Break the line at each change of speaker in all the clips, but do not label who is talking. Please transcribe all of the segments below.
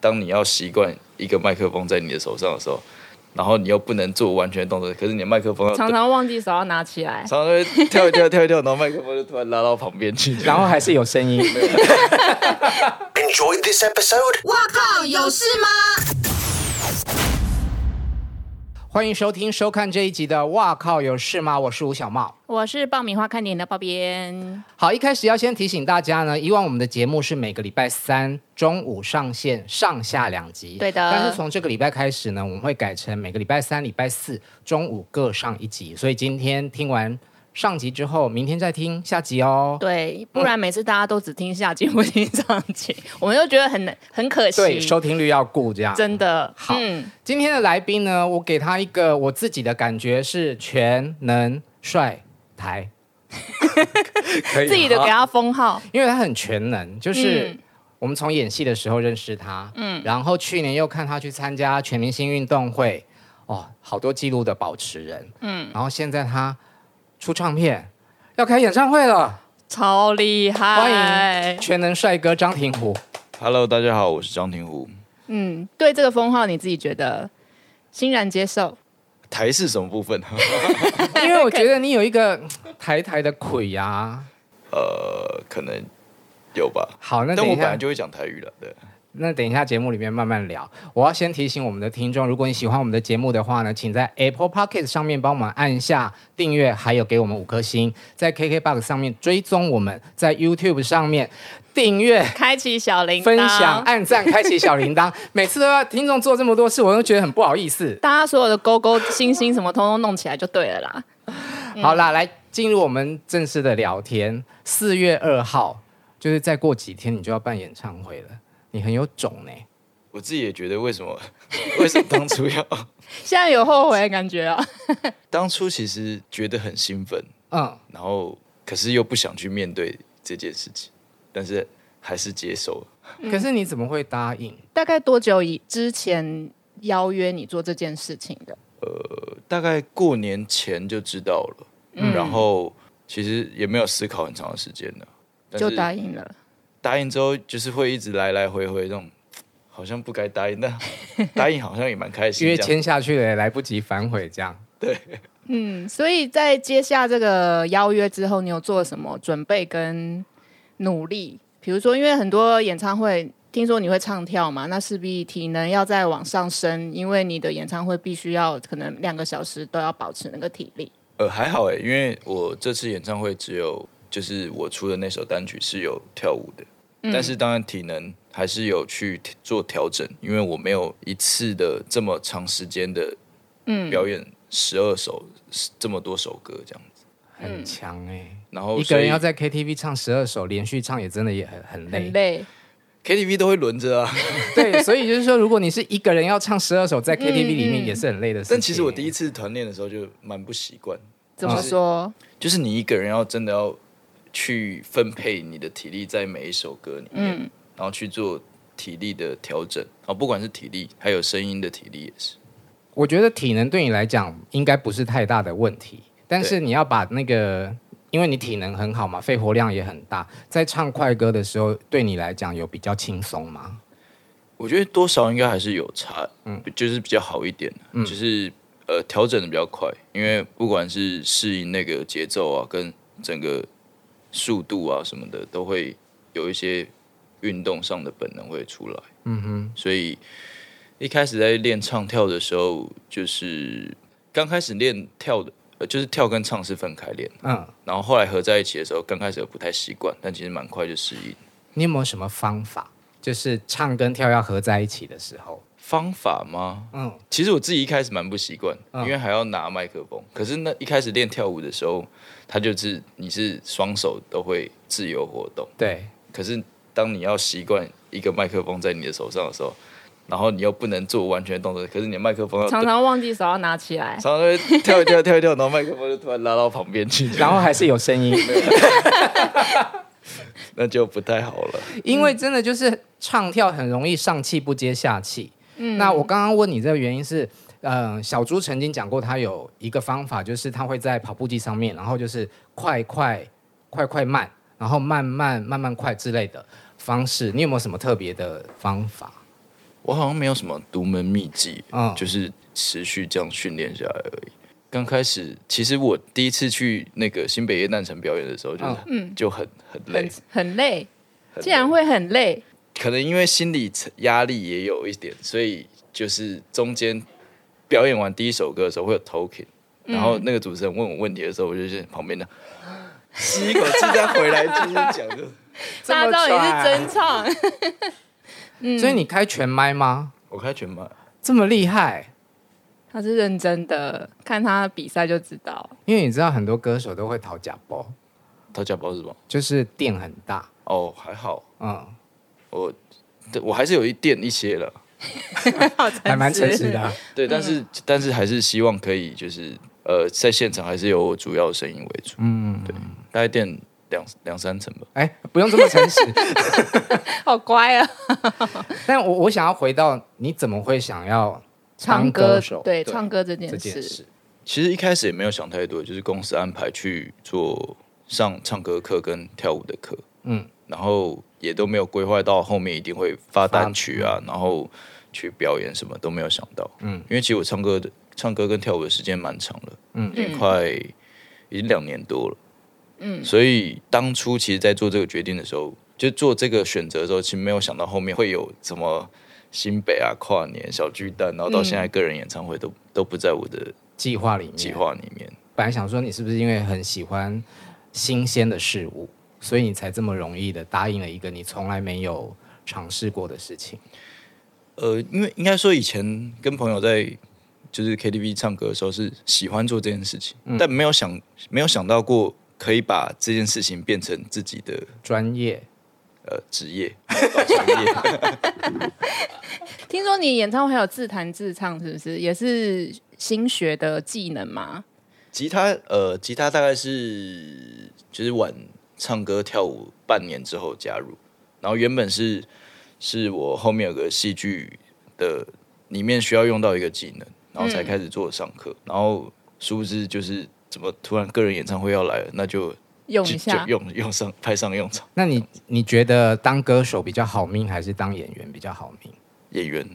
当你要习惯一个麦克风在你的手上的时候，然后你又不能做完全的动作，可是你的麦克风要
常常忘记手要拿起 来。
常常会跳一跳跳一跳，然后麦克风就突然拉到旁边去，
然后还是有声音。
Enjoyed this episode?
欢迎收听收看这一集的《哇靠有事吗》，我是吴小茂。
我是爆米花看电影的爆边，
好，一开始要先提醒大家呢，以往我们的节目是每个礼拜三中午上线，上下两集。
对的
但是从这个礼拜开始呢，我们会改成每个礼拜三、礼拜四中午各上一集。所以今天听完上集之后，明天再听下集哦。
对，不然每次大家都只听下集不听上集， 我们就觉得很难很可惜。
对，收听率要顾这样。
真的
好
嗯，
今天的来宾呢，我给他一个我自己的感觉是全能帅台，
可以啊
自己的给他封号，
因为他很全能，就是。
嗯
我们从演戏的时候认识他，嗯，然后去年又看他去参加全明星运动会，哦，好多纪录的保持人，嗯，然后现在他出唱片，要开演唱会了，
超厉
欢
害
迎。全能帅哥张庭 湖。
Hello，大家好，我是张庭湖。
嗯，对这个封号你自己觉得欣然接受？
台是什么部分？
因为我觉得你有一个嗯台台的腿呀、啊，
呃，可能有吧，
好，那
但
等
我
一
本
下
来就会讲台语了，对。
那等一下节目里面慢慢聊。我要先提醒我们的听众，如果你喜欢我们的节目的话呢，请在 Apple p o c k e t 上面帮我们按下订阅，还有给我们五颗星；在 KKBox 上面追踪我们，在 YouTube 上面订阅。
开启小铃铛，
分享、按赞、开启小铃铛，每次都要听众做这么多事，我都觉得很不好意思。
大家所有的勾勾、星星什么，通通弄起来就对了啦。
好啦，来进入我们正式的聊天。四月二号，就是再过几天你就要办演唱会了，你很有种呢、
我自己也觉得，为什么 为什么当初要
现在有后悔的感觉啊、
当初其实觉得很兴奋，
嗯，
然后可是又不想去面对这件事情，但是还是接受了。
可是你怎么会答应？
大概多久以之前邀约你做这件事情的？
大概过年前就知道了，
嗯
然后其实也没有思考很长的时间呢，但
就是答应了。
答应之后，就是会一直来来回回这种，好像不该答应， 但答应好像也蛮开心。
约
这样
签下去了，也来不及反悔，这样。
嗯，所以在接下这个邀约之后，你有做什么准备跟努力？比如说，因为很多演唱会，听说你会唱跳嘛，那势必体能要再往上升，因为你的演唱会必须要可能两个小时都要保持那个体力。
呃，还好哎，因为我这次演唱会只有就是我出的那首单曲是有跳舞的，
嗯
但是当然体能还是有去调做调整，因为我没有一次的这么长时间的
嗯
表演十二首、这么多首歌这样子，
很强哎、
然后嗯
一个
哦所以
人要在 KTV 唱十二首，连续唱也真的也很很累。
很累，
KTV 都会轮着啊，
对，所以就是说，如果你是一个人要唱十二首，在 KTV 里面也是很累的事
嗯
情。
但其实我第一
次，
次团练的时候就蛮不习惯，
怎么说？
就是你一个人要真的要去分配你的体力在每一首歌里面，然后去做体力的调整，然后不管是体力还有声音的体力也是。
我觉得体能对你来讲应该不是太大的问题，但是
对
你要把那个，因为你体能很好嘛，肺活量也很大，在唱快歌的时候，对你来讲有比较轻松吗？
我觉得多少应该还是有差，嗯，就是比较好一点，就是呃调整的比较快，因为不管是适应那个节奏啊，跟整个速度啊什么的，都会有一些运动上的本能会出来，嗯哼，所以一开始在练唱跳的时候，就是刚开始练跳的，呃，就是跳跟唱是分开练，
嗯，
然后后来合在一起的时候，刚开始有不太习惯，但其实蛮快就适应。
你有没有什么方法，就是唱跟跳要合在一起的时候？
方法吗？
嗯，
其实我自己一开始蛮不习惯，因为还要拿麦克风。可是那一开始练跳舞的时候，它就是你是双手都会自由活动。
对，
可是当你要习惯一个麦克风在你的手上的时候，然后你又不能做完全动作，可是你的麦克风要
常常忘记手要拿起来，
常常会跳一跳跳一跳，然后麦克风就突然拉到旁边去，
然后还是有声音。
那就不太好了。
因为真的就是唱跳很容易上气不接下气。嗯，那我刚刚问你这个原因是，嗯、小猪曾经讲过，他有一个方法，就是他会在跑步机上面，然后就是快快快快慢，然后慢慢慢慢快之类的方式。你有没有什么特别的方法？
我好像没有什么独门秘籍，
嗯
就是持续这样训练下来而已。刚开始，其实我第一次去那个新北夜诞城表演的时候，就是、就很很累
很，很累，
很
竟然
累
会很累，
可能因为心理压力也有一点，所以就是中间表演完第一首歌的时候会有 talking，、然后那个主持人问我问题的时候，我就在旁边的吸一口气再回来继续讲，就
大家知道你是真唱，
真，所以你开全麦吗？
我开全麦。
这么厉害？
他是认真的，看他比赛就知道。
因为你知道很多歌手都会讨假包，
他家包是吗？
就是店很大，
哦，还好，
嗯，
我对我还是有一点一些了，
好诚实
还蛮诚实的啊、
对，但是、但是还是希望可以就是呃，在现场还是由我主要声音为主，
嗯，
对，大概垫两两三成吧。
哎，不用这么诚实。
好乖啊！
但我我想要回到你怎么会想要
唱
歌
歌
手
对
对
唱歌这件
这件
事，
事？
其实一开始也没有想太多，就是公司安排去做上唱歌课跟跳舞的课，
嗯，
然后也都没有规划到后面一定会发单曲啊，然后去表演什么都没有想到，
嗯
嗯，因为其实我唱歌的唱歌跟跳舞的时间蛮长了，嗯，
嗯
已经快已经两年多了，嗯，所以当初其实，在做这个决定的时候，就做这个选择的时候，其实没有想到后面会有什么新北啊、跨年、小巨蛋，然后到现在个人演唱会都、都不在我的
计划里面，
计划里面。
本来想说你是不是因为很喜欢新鲜的事物，所以你才这么容易的答应了一个你从来没有尝试过的事情？
呃，因为应该说以前跟朋友在就是 KTV 唱歌的时候是喜欢做这件事情，但没有想没有想到过可以把这件事情变成自己的
专业
呃职业，专业
听说你演唱会还有自弹自唱，是不是也是新学的技能吗？
吉他呃吉他大概是就是晚唱歌跳舞半年之后加入，然后原本是是我后面有个戏剧的里面需要用到一个技能，然后才开始做上课，然后殊不知就是怎么突然个人演唱会要来了，那就。
用
就
一
就
下，
用用上派上用场。
那你你觉得当歌手比较好命，还是当演员比较好命？
演员，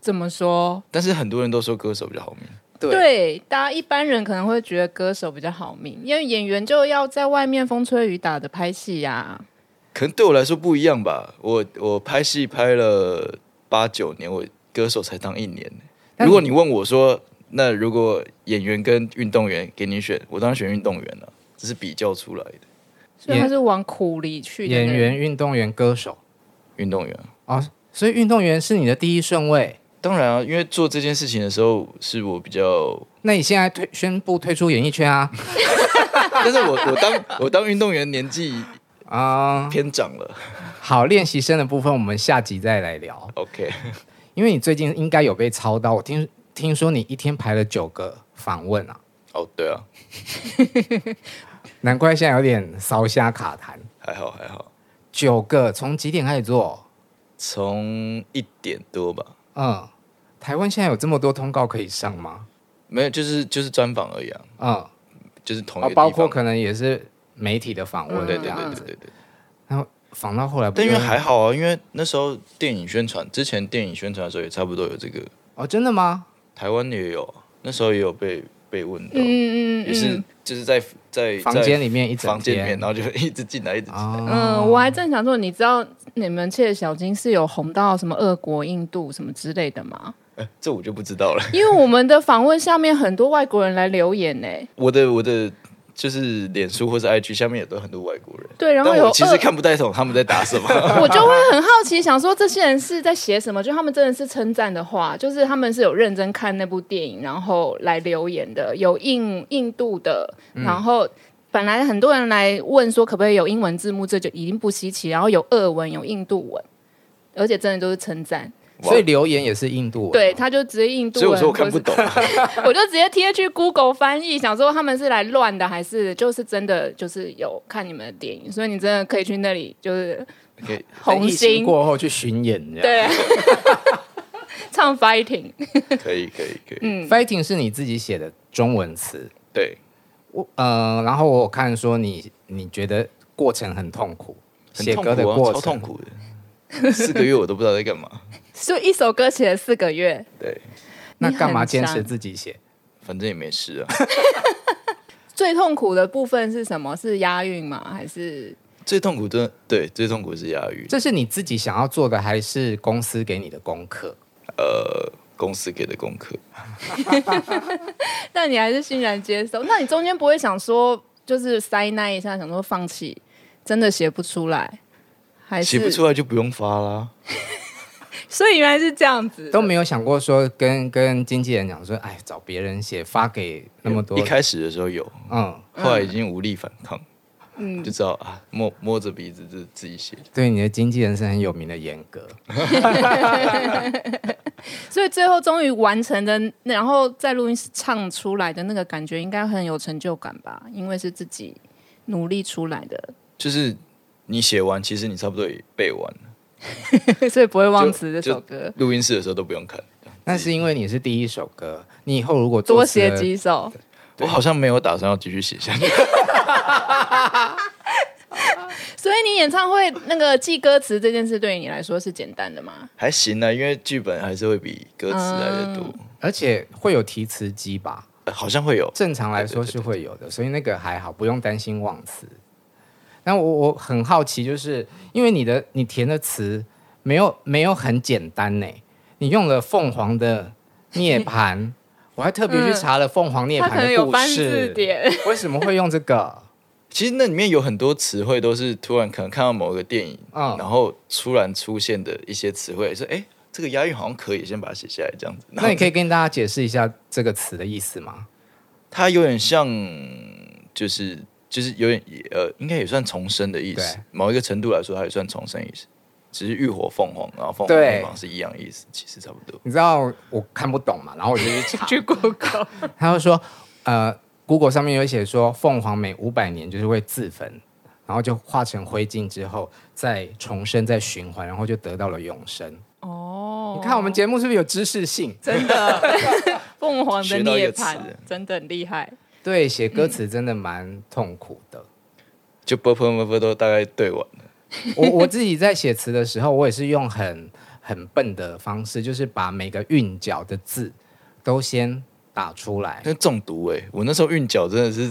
怎么说？
但是很多人都说歌手比较好命，
对
对，大家一般人可能会觉得歌手比较好命，因为演员就要在外面风吹雨打的拍戏啊呀、
可能对我来说不一样吧。我我拍戏拍了八九年，我歌手才当一年呢、
但
如果你问我说，那如果演员跟运动员给你选，我当然选运动员了、这是比较出来的。
所以他
演
是往苦里去的那
演
个
员、运动员、歌手
运动员啊，
哦，所以运动员是你的第一顺位。
当然啊，因为做这件事情的时候是我比较，
那你现在退宣布退出演艺圈啊？
但是我我当我当运动员年纪
啊、
偏长了。
好，练习生的部分我们下集再来聊，
OK，
因为你最近应该有被操到，我听听说你一天排了九个访问啊，
哦对啊，
难怪现在有点烧虾卡痰。
还好还好，
九个从几点开始做？
从一点多吧，
嗯，台湾现在有这么多通告可以上吗？
没有，就是就是专访而已啊，
嗯，
就是同一
啊
个地，方、嗯
包括可能也是媒体的访问，
对对
这
对
样
对
子。
对对。
然后访到后来不就，
但因为还好啊，因为那时候电影宣传，之前电影宣传的时候也差不多有这个，
哦，真的吗？
台湾也有，那时候也有被被问到，
嗯嗯嗯，
也是就是在在
房间里面一
在
整
房间里面，
天
然后就一直进来，一直进来。
啊，
嗯，我还正想说，你知道你们切小金是有红到什么俄国、印度什么之类的吗？
哎这我就不知道了。
因为我们的访问下面很多外国人来留言呢、
我的我的就是脸书或是 IG 下面也都很多外国人，
对，然后
但
有
我其实
俄，
看不太懂他们在打什么。
我就会很好奇，想说这些人是在写什么？就他们真的是称赞的话，就是他们是有认真看那部电影，然后来留言的，有印印度的，
嗯
然后。本来很多人来问说可不可以有英文字幕，这就已经不稀奇。然后有俄文，有印度文，而且真的都是称赞。
哇
所以留言也是印度文， 啊
对，，他就直接印度
所以
文，
我说我看不懂，啊
或是，我就直接贴去 Google 翻译，想说他们是来乱的，还是就是真的就是有看你们的电影，所以你真的可以去那里就是
可以
红
疫情
心
过后去巡演，这样。
对， 唱 fighting，
可以可以可以，
Fighting 是你自己写的中文词，
对，
我呃，然后我有看说你你觉得过程很痛苦，
很
写
痛
歌的
苦啊
过程
超痛苦的，四个月我都不知道在干嘛。
所以一首歌写了四个月，
对，
那干
你
嘛
很
坚持
伤
自己写？
反正也没事啊。
最痛苦的部分是什么？是押韵吗？还是
最痛苦真的对，最痛苦是押韵，
这是你自己想要做的，还是公司给你的功课？
呃，公司给的功课。
但你还是欣然接受？那你中间不会想说，就是塞奶一下，想说放弃，真的写不出来，还是
写不出来就不用发啦。
所以原来是这样子，
都没有想过说跟跟经纪人讲说，哎，找别人写发给那么多
一，开始的时候有，
嗯，
后来已经无力反抗，
嗯
就知道啊，摸摸着鼻子就自己写。
对，你的经纪人是很有名的严格，
所以最后终于完成的，然后在录音室唱出来的那个感觉，应该很有成就感吧？因为是自己努力出来的，
就是你写完，其实你差不多也背完了，
所以不会忘词这首歌。
录音室的时候都不用看。
那是因为你是第一首歌，你以后如果作
多
词
写
了
几首，
我好像没有打算要继续写下去。
所以你演唱会那个记歌词这件事对你来说是简单的吗？
还行啊，因为剧本还是会比歌词来的多、
而且会有提词机吧？
嗯
呃好像会有。
正常来说是会有的，所以那个还好，不用担心忘词。但我我很好奇，就是因为你的你填的词没有没有很简单呢，你用了凤凰的涅 槃，我还特别去查了凤凰涅
他
槃
可能有
的故
翻字
事，
典，，
为什么会用这个？
其实那里面有很多词汇都是突然可能看到某个电影，
嗯
然后突然出现的一些词汇，说哎，诶这个押韵好像可以，先把它写下来这样子。然
那
后
你可以跟大家解释一下这个词的意思吗？
它有点像，就是就是有点呃，应该也算重生的意思
对。
某一个程度来说，它也算重生意思，只是浴火凤凰，然后凤凰
对
凤凰是一样意思，其实差不多。
你知道我看不懂嘛，然后我就去 查
去 Google。
他就说，呃，Google 上面有写说，凤凰每五百年就是会自焚，然后就化成灰烬之后再重生、再循环，然后就得到了永生。
哦，
你看我们节目是不是有知识性？
真的 凤凰的
学到一
涅
个
槃
词
真的很厉害。
对，写歌词真的蛮痛苦 的。
就 b u r p l e m u r p l 都大概对完了，
我我自己在写词的时候，我也是用很很笨的方式，就是把每个韵脚的字都先打出来。
那中毒哎、我那时候韵脚真的是，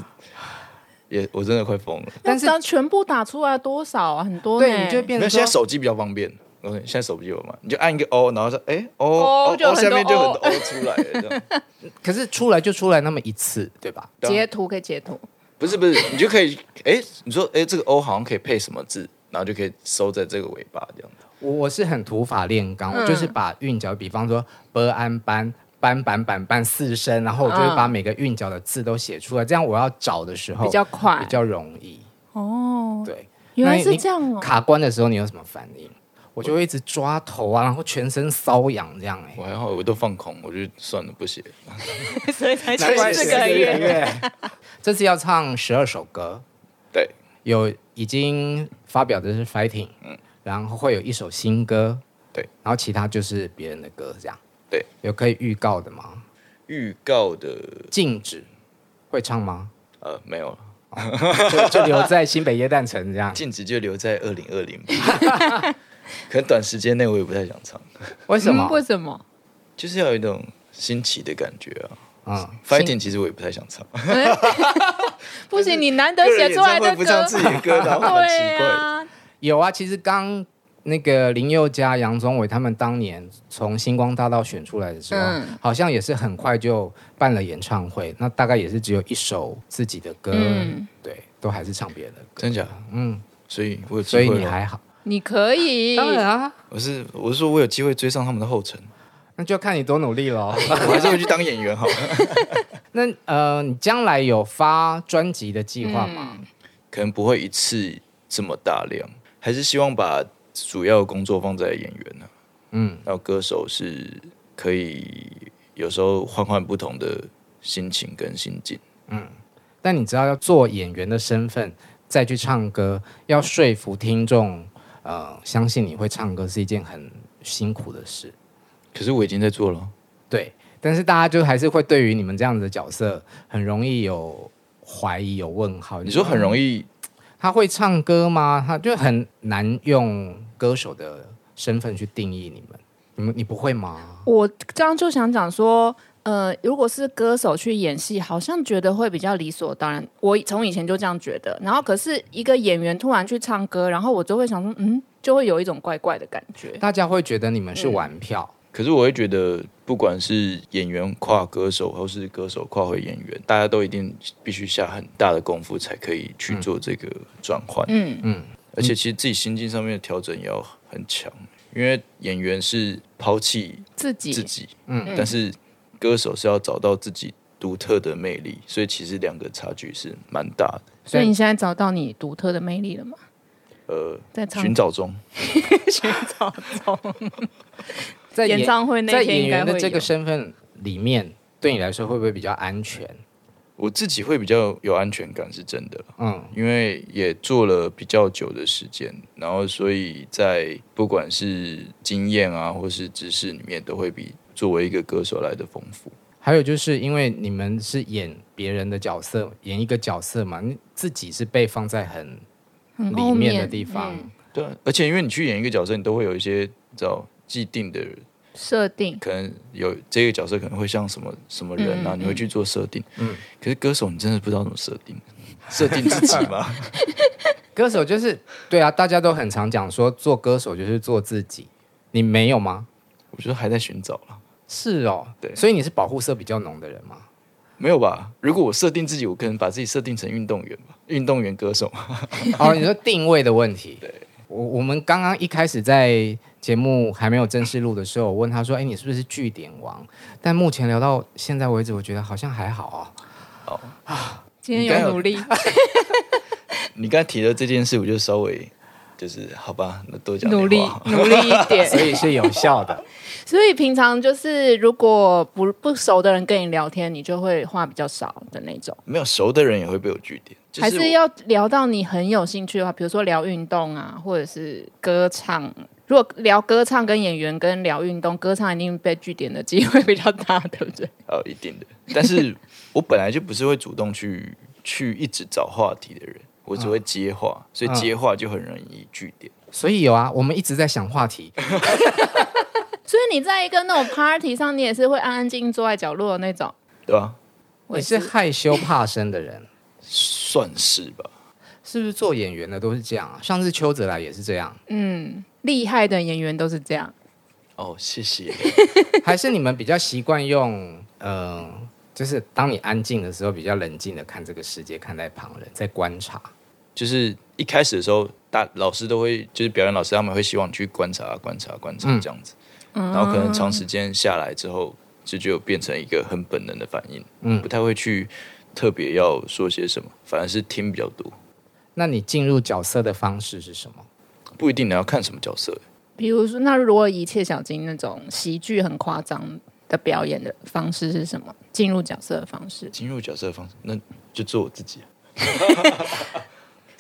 也我真的快疯了。
但是
要全部打出来多少啊？很多呢
对，你就会变
没有，
成
现在
说，
手机比较方便。我跟你现在手机有嘛？你就按一个 O，然后说，哎、o
O，
O，,
就有很
下
多
面就很
O
O 出来了，这样。
可是出来就出来那么一次，对吧？
对啊
截图可以截图，
不是不是，你就可以，哎、你说，哎、这个 O 好像可以配什么字，然后就可以收在这个尾巴这样。
我我是很土法炼钢，
嗯
我就是把韵脚，比方说b an 班班板板板四声，然后我就会把每个韵脚的字都写出来，这样我要找的时候
比较快
比较容易。
哦。
对，
原来
那
是
你
这样哦。
卡关的时候你有什么反应？我就会一直抓头啊，然后全身瘙痒这样哎、
我还好，我都放空，我就算了，不写。
所以才
难怪
这
是
个月。
这次要唱十二首歌，
对，
有已经发表的是 Fighting，嗯，然后会有一首新歌，
对，
然后其他就是别人的歌这样。
对，
有可以预告的吗？
预告的
禁止会唱吗？
呃没有了，
就 就留在新北耶诞城这样？
禁止就留在二零二 零。可能短时间内我也不太想唱，
为什么
嗯？为什么？
就是要有一种新奇的感觉啊。
嗯，
Fighting 其实我也不太想唱，
不行，你难得
个人
写
演
出来
唱会
的
不
歌，
唱自己的歌，然后很奇
对
怪。
啊，
有啊，其实刚那个林宥嘉、杨宗纬他们当年从星光大道选出来的时候，
嗯
好像也是很快就办了演唱会，那大概也是只有一首自己的歌，
嗯
对，都还是唱别人的歌，
真假？
嗯，
所以我有机
所
会
以你
咯
还好，
你可以。
啊，
我是我是说我有机会追上他们的后 尘，
那就看你多努力 喽。
我还是会去当演员好了。
那呃，你将来有发专辑的计划吗？
可能不会一次这么大量，还是希望把主要的工作放在演员呢、啊。
嗯，
然后歌手是可以有时候换换不同的心情跟心境。
但你知道要做演员的身份再去唱歌，要说服听众，呃，相信你会唱歌是一件很辛苦的事。
可是我已经在做了啊，
对，但是大家就还是会对于你们这样子的角色很容易有怀疑、有问号。
你说很容
易，
易
他会唱歌吗？他就很难用歌手的身份去定义你们。你们你不会吗？
我刚刚就想讲说，呃，如果是歌手去演戏，好像觉得会比较理所当然。我从以前就这样觉得，然后可是一个演员突然去唱歌，然后我就会想说，嗯，就会有一种怪怪的感觉。
大家会觉得你们是玩票，
可是我会觉得，不管是演员跨歌手，或是歌手跨回演员，大家都一定必须下很大的功夫，才可以去做这个转换。
嗯
而且，其实自己心境上面的调整也要很强，因为演员是抛弃
自己
自己，嗯，但是歌手是要找到自己独特的魅力，所以其实两个差距是蛮大的。
嗯所以你现在找到你独特的魅力了吗？
呃，
在唱
寻找中，
寻找中，
在
演唱会那
在
天
演
应该
员
会
的这
有
个身份里面，对你来说会不会比较安全？
我自己会比较有安全感，是真的。
嗯，
因为也做了比较久的时间，然后所以在不管是经验啊，或是知识里面，都会比作为一个歌手来的丰富。
还有就是因为你们是演别人的角色，演一个角色嘛，你自己是被放在很
很
里
后
面
面
的地方，
嗯
对啊、而且因为你去演一个角色，你都会有一些你知道既定的，
设定，
可能有这个角色可能会像什么什么人啊，
嗯嗯
你会去做设定。嗯，可是歌手你真的不知道怎么设定，设定自己吗？
歌手就是对啊，大家都很常讲说做歌手就是做自己，你没有吗？
我觉得还在寻找了。
是哦，
对
所以你是保护色比较浓的人 吗？
没有吧？如果我设定自己，我可能把自己设定成运动员吧，运动员歌手。
哦，你说定位的问题。对，我我们刚刚一开始在节目还没有正式录的时候，我问他说：“哎，你是不是据点王？”但目前聊到现在为止，我觉得好像还好啊。
今
天有应该
天
有努
有努力，
你刚才提的这件事，我就稍微就是好吧，那多讲点话
努力，努力一点。
所以是有效的。
所以平常就是，如果不不熟的人跟你聊天，你就会话比较少的那种，
没有熟的人也会被我据点，就
还
我
是要聊到你很有兴趣的话，比如说聊运动啊，或者是歌唱。如果聊歌唱跟演员跟聊运动，歌唱一定被据点的机会比较大，对 不对？
呃一定的。但是我本来就不是会主动去 去一直找话题的人，我只会接话，所以
嗯
接话就很容易据点。
所以有啊，我们一直在想话题。
所以你在一个那种 party 上，你也是会安安静静坐在角落的那种。
对吧？
我也
你是害羞怕生的人，
算是吧。
是不是？做演员的都是这样啊。上次邱泽来也是这 样，
嗯，厉害的演员都是这样。
哦，谢谢。
还是你们比较习惯用呃，就是当你安静的时候，比较冷静的看这个世界，看待旁人，在观察。
就是一开始的时候，大老师都会，就是表演老师他们会希望你去观察、观察、观察
嗯
这样子，然后可能长时间下来之后，这就变成一个很本能的反应，
嗯
不太会去特别要说些什么，反而是听比较多，
那你进入角色的方式是什么？
不一定你要看什么角色，
比如说，那如果一切小金那种喜剧很夸张的表演的方式是什么？进入角色的方式？
进入角色的方式，那就做我自己啊。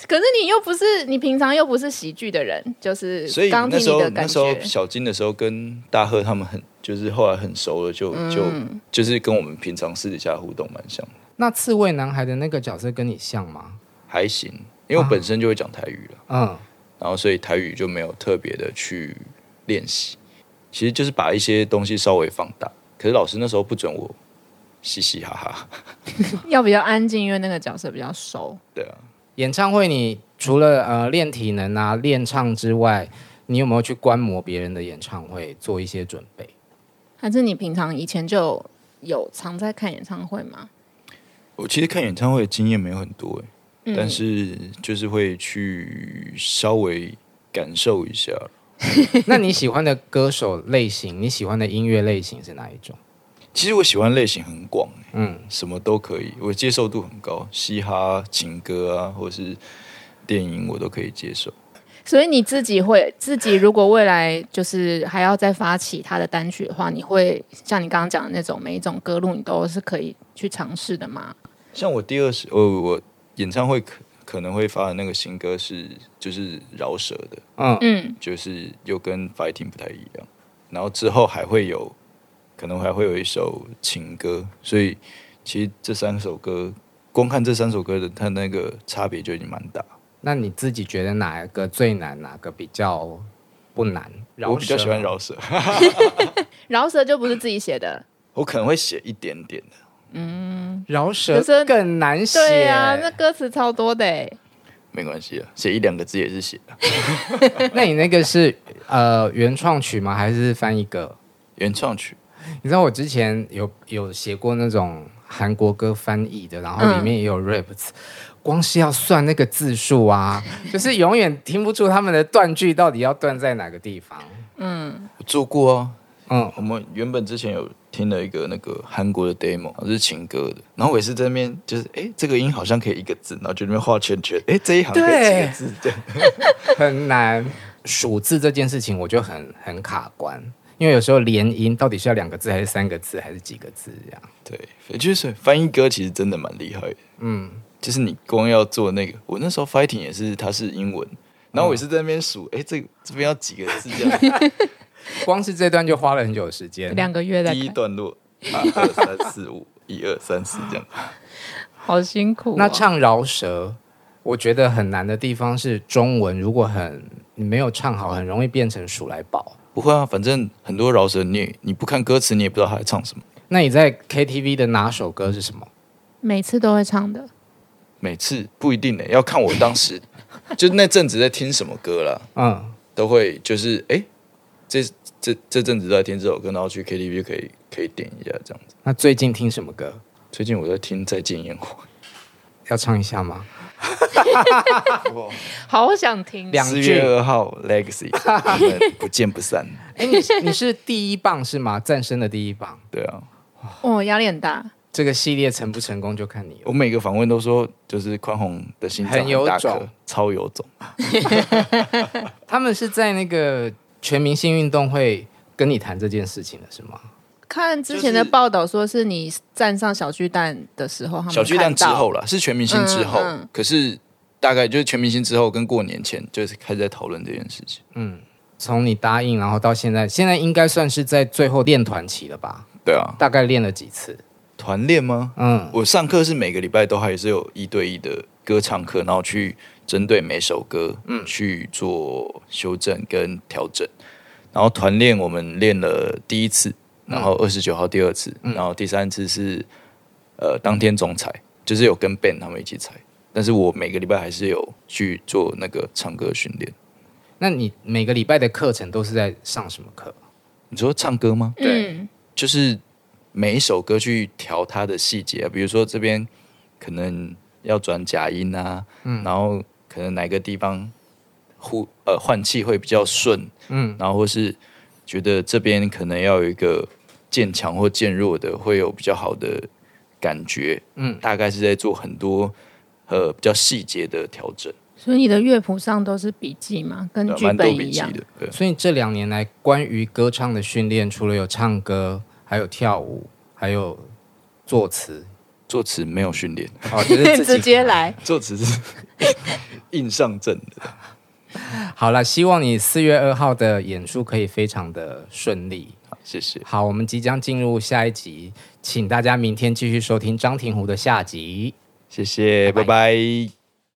可是你又不是你平常又不是喜剧的人，就是
所以
呃刚
那
听
时
你
候
的
那
感
时候
觉，
小金的时候跟大赫他们很，就是后来很熟了，就就、
嗯
就是跟我们平常私底下互动蛮像的，
那刺猬男孩的那个角色跟你像吗？
还行，因为我本身就会讲台语了。
嗯，
然后所以台语就没有特别的去练习，其实就是把一些东西稍微放大。可是老师那时候不准我嘻嘻哈哈，
要比较安静，因为那个角色比较熟。
对啊，
演唱会你除了呃练体能啊、练唱之外，你有没有去观摩别人的演唱会，做一些准备？
还是你平常以前就有常在看演唱会吗？
我其实看演唱会的经验没有很多、欸
嗯
但是就是会去稍微感受一下。
那你喜欢的歌手类型，你喜欢的音乐类型是哪一种？
其实我喜欢类型很广、欸
嗯，
什么都可以，我接受度很高，嘻哈、情歌啊，或是电影我都可以接受。
所以你自己会自己如果未来就是还要再发起他的单曲的话，你会像你刚刚讲的那种每一种歌路你都是可以去尝试的吗？
像我第二首，我我演唱会可可能会发的那个新歌是就是饶舌的，
嗯，
嗯，
就是又跟 fighting 不太一样。然后之后还会有，可能还会有一首情歌，所以其实这三首歌，光看这三首歌的它那个差别就已经蛮大。
那你自己觉得哪一个最难，哪个比较不难？饶舌
我比较喜欢饶舌，
饶舌就不是自己写的，
我可能会写一点点的。
饶舌
可是
更难写。
对呀、那歌词超多的哎、
没关系啊，写一两个字也是写的。
那你那个是呃原创曲吗？还是翻译歌？
原创曲，
你知道我之前有有写过那种韩国歌翻译的，然后里面
嗯
也有 rap，、s 光是要算那个字 数啊，就是永远听不出他们的断句到底要断在哪个地方。
我做过啊。
嗯，
我们原本之前有听了一个那个韩国的 demo，是情歌的，然后我也是在那边就是，哎、这个音好像可以一个字，然后就在那边画圈圈，哎、这一行可以几
对
个字，这样。
很难数字这件事情，我就很很卡关，因为有时候连音到底是要两个字还是三个字还是几个字这样。
对，就是翻译歌其实真的蛮厉害的，
嗯，
就是你光要做那个，我那时候 fighting 也是，它是英文，然后我也是在那边数，哎、这个这边要几个字这 样，
光是这段就花了很久的时间。
两个月在
第一
看，
段落，一二三四五，一二三四这样。
好辛苦哦、
那唱饶舌，我觉得很难的地方是中文，如果很你没有唱好，很容易变成数来宝。
不会啊，反正很多饶舌你也你不看歌词，你也不知道他在唱什么。
那你在 KTV 的哪首歌是什么？
每次都会唱的，
每次不一定呢、要看我当时就那阵子在听什么歌啦，
嗯，
都会就是哎、诶这这这阵子都在听这首歌，然后去 KTV 就可以可以点一下这样子。
那最近听什么歌？
最近我在听《再见烟火
要唱一下吗？
好想听。
两》，
四月
句。
二号 Legacy，我们不见不散。
哎，你是你是第一棒是吗？战胜的第一棒，
对啊，
哦，压力很大，
这个系列成不成功就看你了。
我每个访问都说，就是宽宏的心脏
很有
大
种
颗，超有种。
他们是在那个全明星运动会跟你谈这件事情的是吗？
看之前的
就是
报道说是你站上小巨蛋的时候，他们
小巨蛋
看
之
到
后啦，是全明星之后，
嗯嗯
可是大概就是全明星之后跟过年前，就是开始在讨论这件事情。
从你答应，然后到现在，现在应该算是在最后练团期了吧？
对啊，
大概练了几次？
团练吗？
嗯，
我上课是每个礼拜都还是有一对一的歌唱课，然后去针对每首歌，嗯，去做修正跟调整。然后团练我们练了第一次，然后二十九号第二次，然后第三次是呃当天总裁，就是有跟 Ben 他们一起裁。但是我每个礼拜还是有去做那个唱歌训练。
那你每个礼拜的课程都是在上什么课？
你说唱歌吗？
嗯，
就是每一首歌去调它的细节、啊比如说这边可能要转假音啊，然后可能哪个地方呼呃换气会比较顺，
嗯
嗯，然后或是觉得这边可能要有一个渐强或渐弱的，会有比较好的感觉，
嗯
嗯，大概是在做很多呃比较细节的调整，
所以你的乐谱上都是笔记嘛，跟
对啊
剧
蛮多
本
笔
一
记
样。
的，对。
所以这两年来，关于歌唱的训练，除了有唱歌，还有跳舞，还有 作词，
作词没有训练，
哦，就是自己
直接。来，
作词是 硬上阵的。
好了，希望你四月二号的演出可以非常的顺利。
好谢谢。
好，我们即将进入下一集，请大家明天继续收听张庭湖的下集。
谢谢，
拜
拜拜